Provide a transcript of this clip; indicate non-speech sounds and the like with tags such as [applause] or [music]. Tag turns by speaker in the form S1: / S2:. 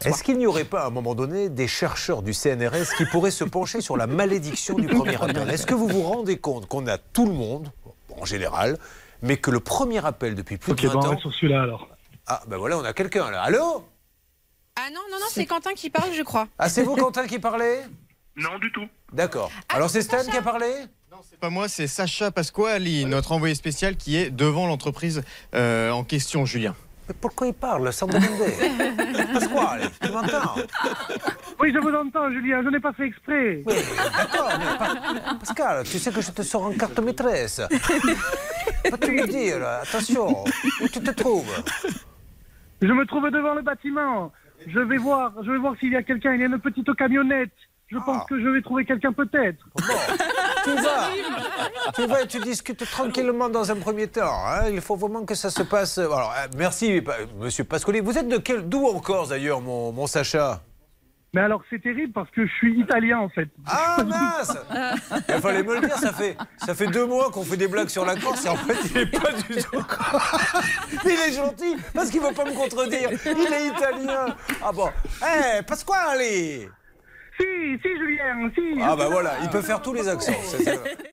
S1: soi.
S2: Est-ce qu'il n'y aurait pas à un moment donné des chercheurs du CNRS qui pourraient se pencher sur la malédiction du premier appel Est-ce que vous vous rendez compte qu'on a tout le monde, en général, mais que le premier appel depuis plus
S3: Ok,
S2: de 20
S3: bon, on
S2: ans...
S3: reste sur celui-là alors.
S2: Ah ben voilà, on a quelqu'un là. Allô
S1: Ah non, non, non, c'est Quentin qui parle, je crois.
S2: Ah c'est vous Quentin qui parlez
S4: Non, du tout.
S2: D'accord. Alors c'est Stan qui a parlé
S5: C'est pas moi, c'est Sacha Pasquali, notre envoyé spécial qui est devant l'entreprise euh, en question, Julien.
S2: Mais pourquoi il parle sans demander Pasquale, tu m'entends
S3: Oui, je vous entends, Julien, je n'ai pas fait exprès.
S2: Oui, D'accord, mais Pas- Pascal, tu sais que je te sors en carte maîtresse. Vas-tu me dire, attention, où tu te trouves
S3: Je me trouve devant le bâtiment. Je vais voir, je vais voir s'il y a quelqu'un. Il y a une petite camionnette. Je
S5: Ah.
S3: pense que je vais trouver quelqu'un peut-être.
S2: Bon, tu vas, tu vas et tu discutes tranquillement dans un premier temps. hein. Il faut vraiment que ça se passe. Alors, euh, merci, pa- Monsieur Pascoli. Vous êtes de quel, d'où encore d'ailleurs, mon, mon Sacha
S3: Mais alors, c'est terrible parce que je suis italien en fait.
S2: Ah mince Il fallait me le dire. Ça fait, ça fait deux mois qu'on fait des blagues sur la Corse et en fait, il est pas du tout. [laughs] Mais il est gentil parce qu'il veut pas me contredire. Il est italien. Ah bon Eh, Pasquale bah
S3: Si, si, Julien, si.
S2: Ah bah voilà, il peut faire tous les accents. c'est ça.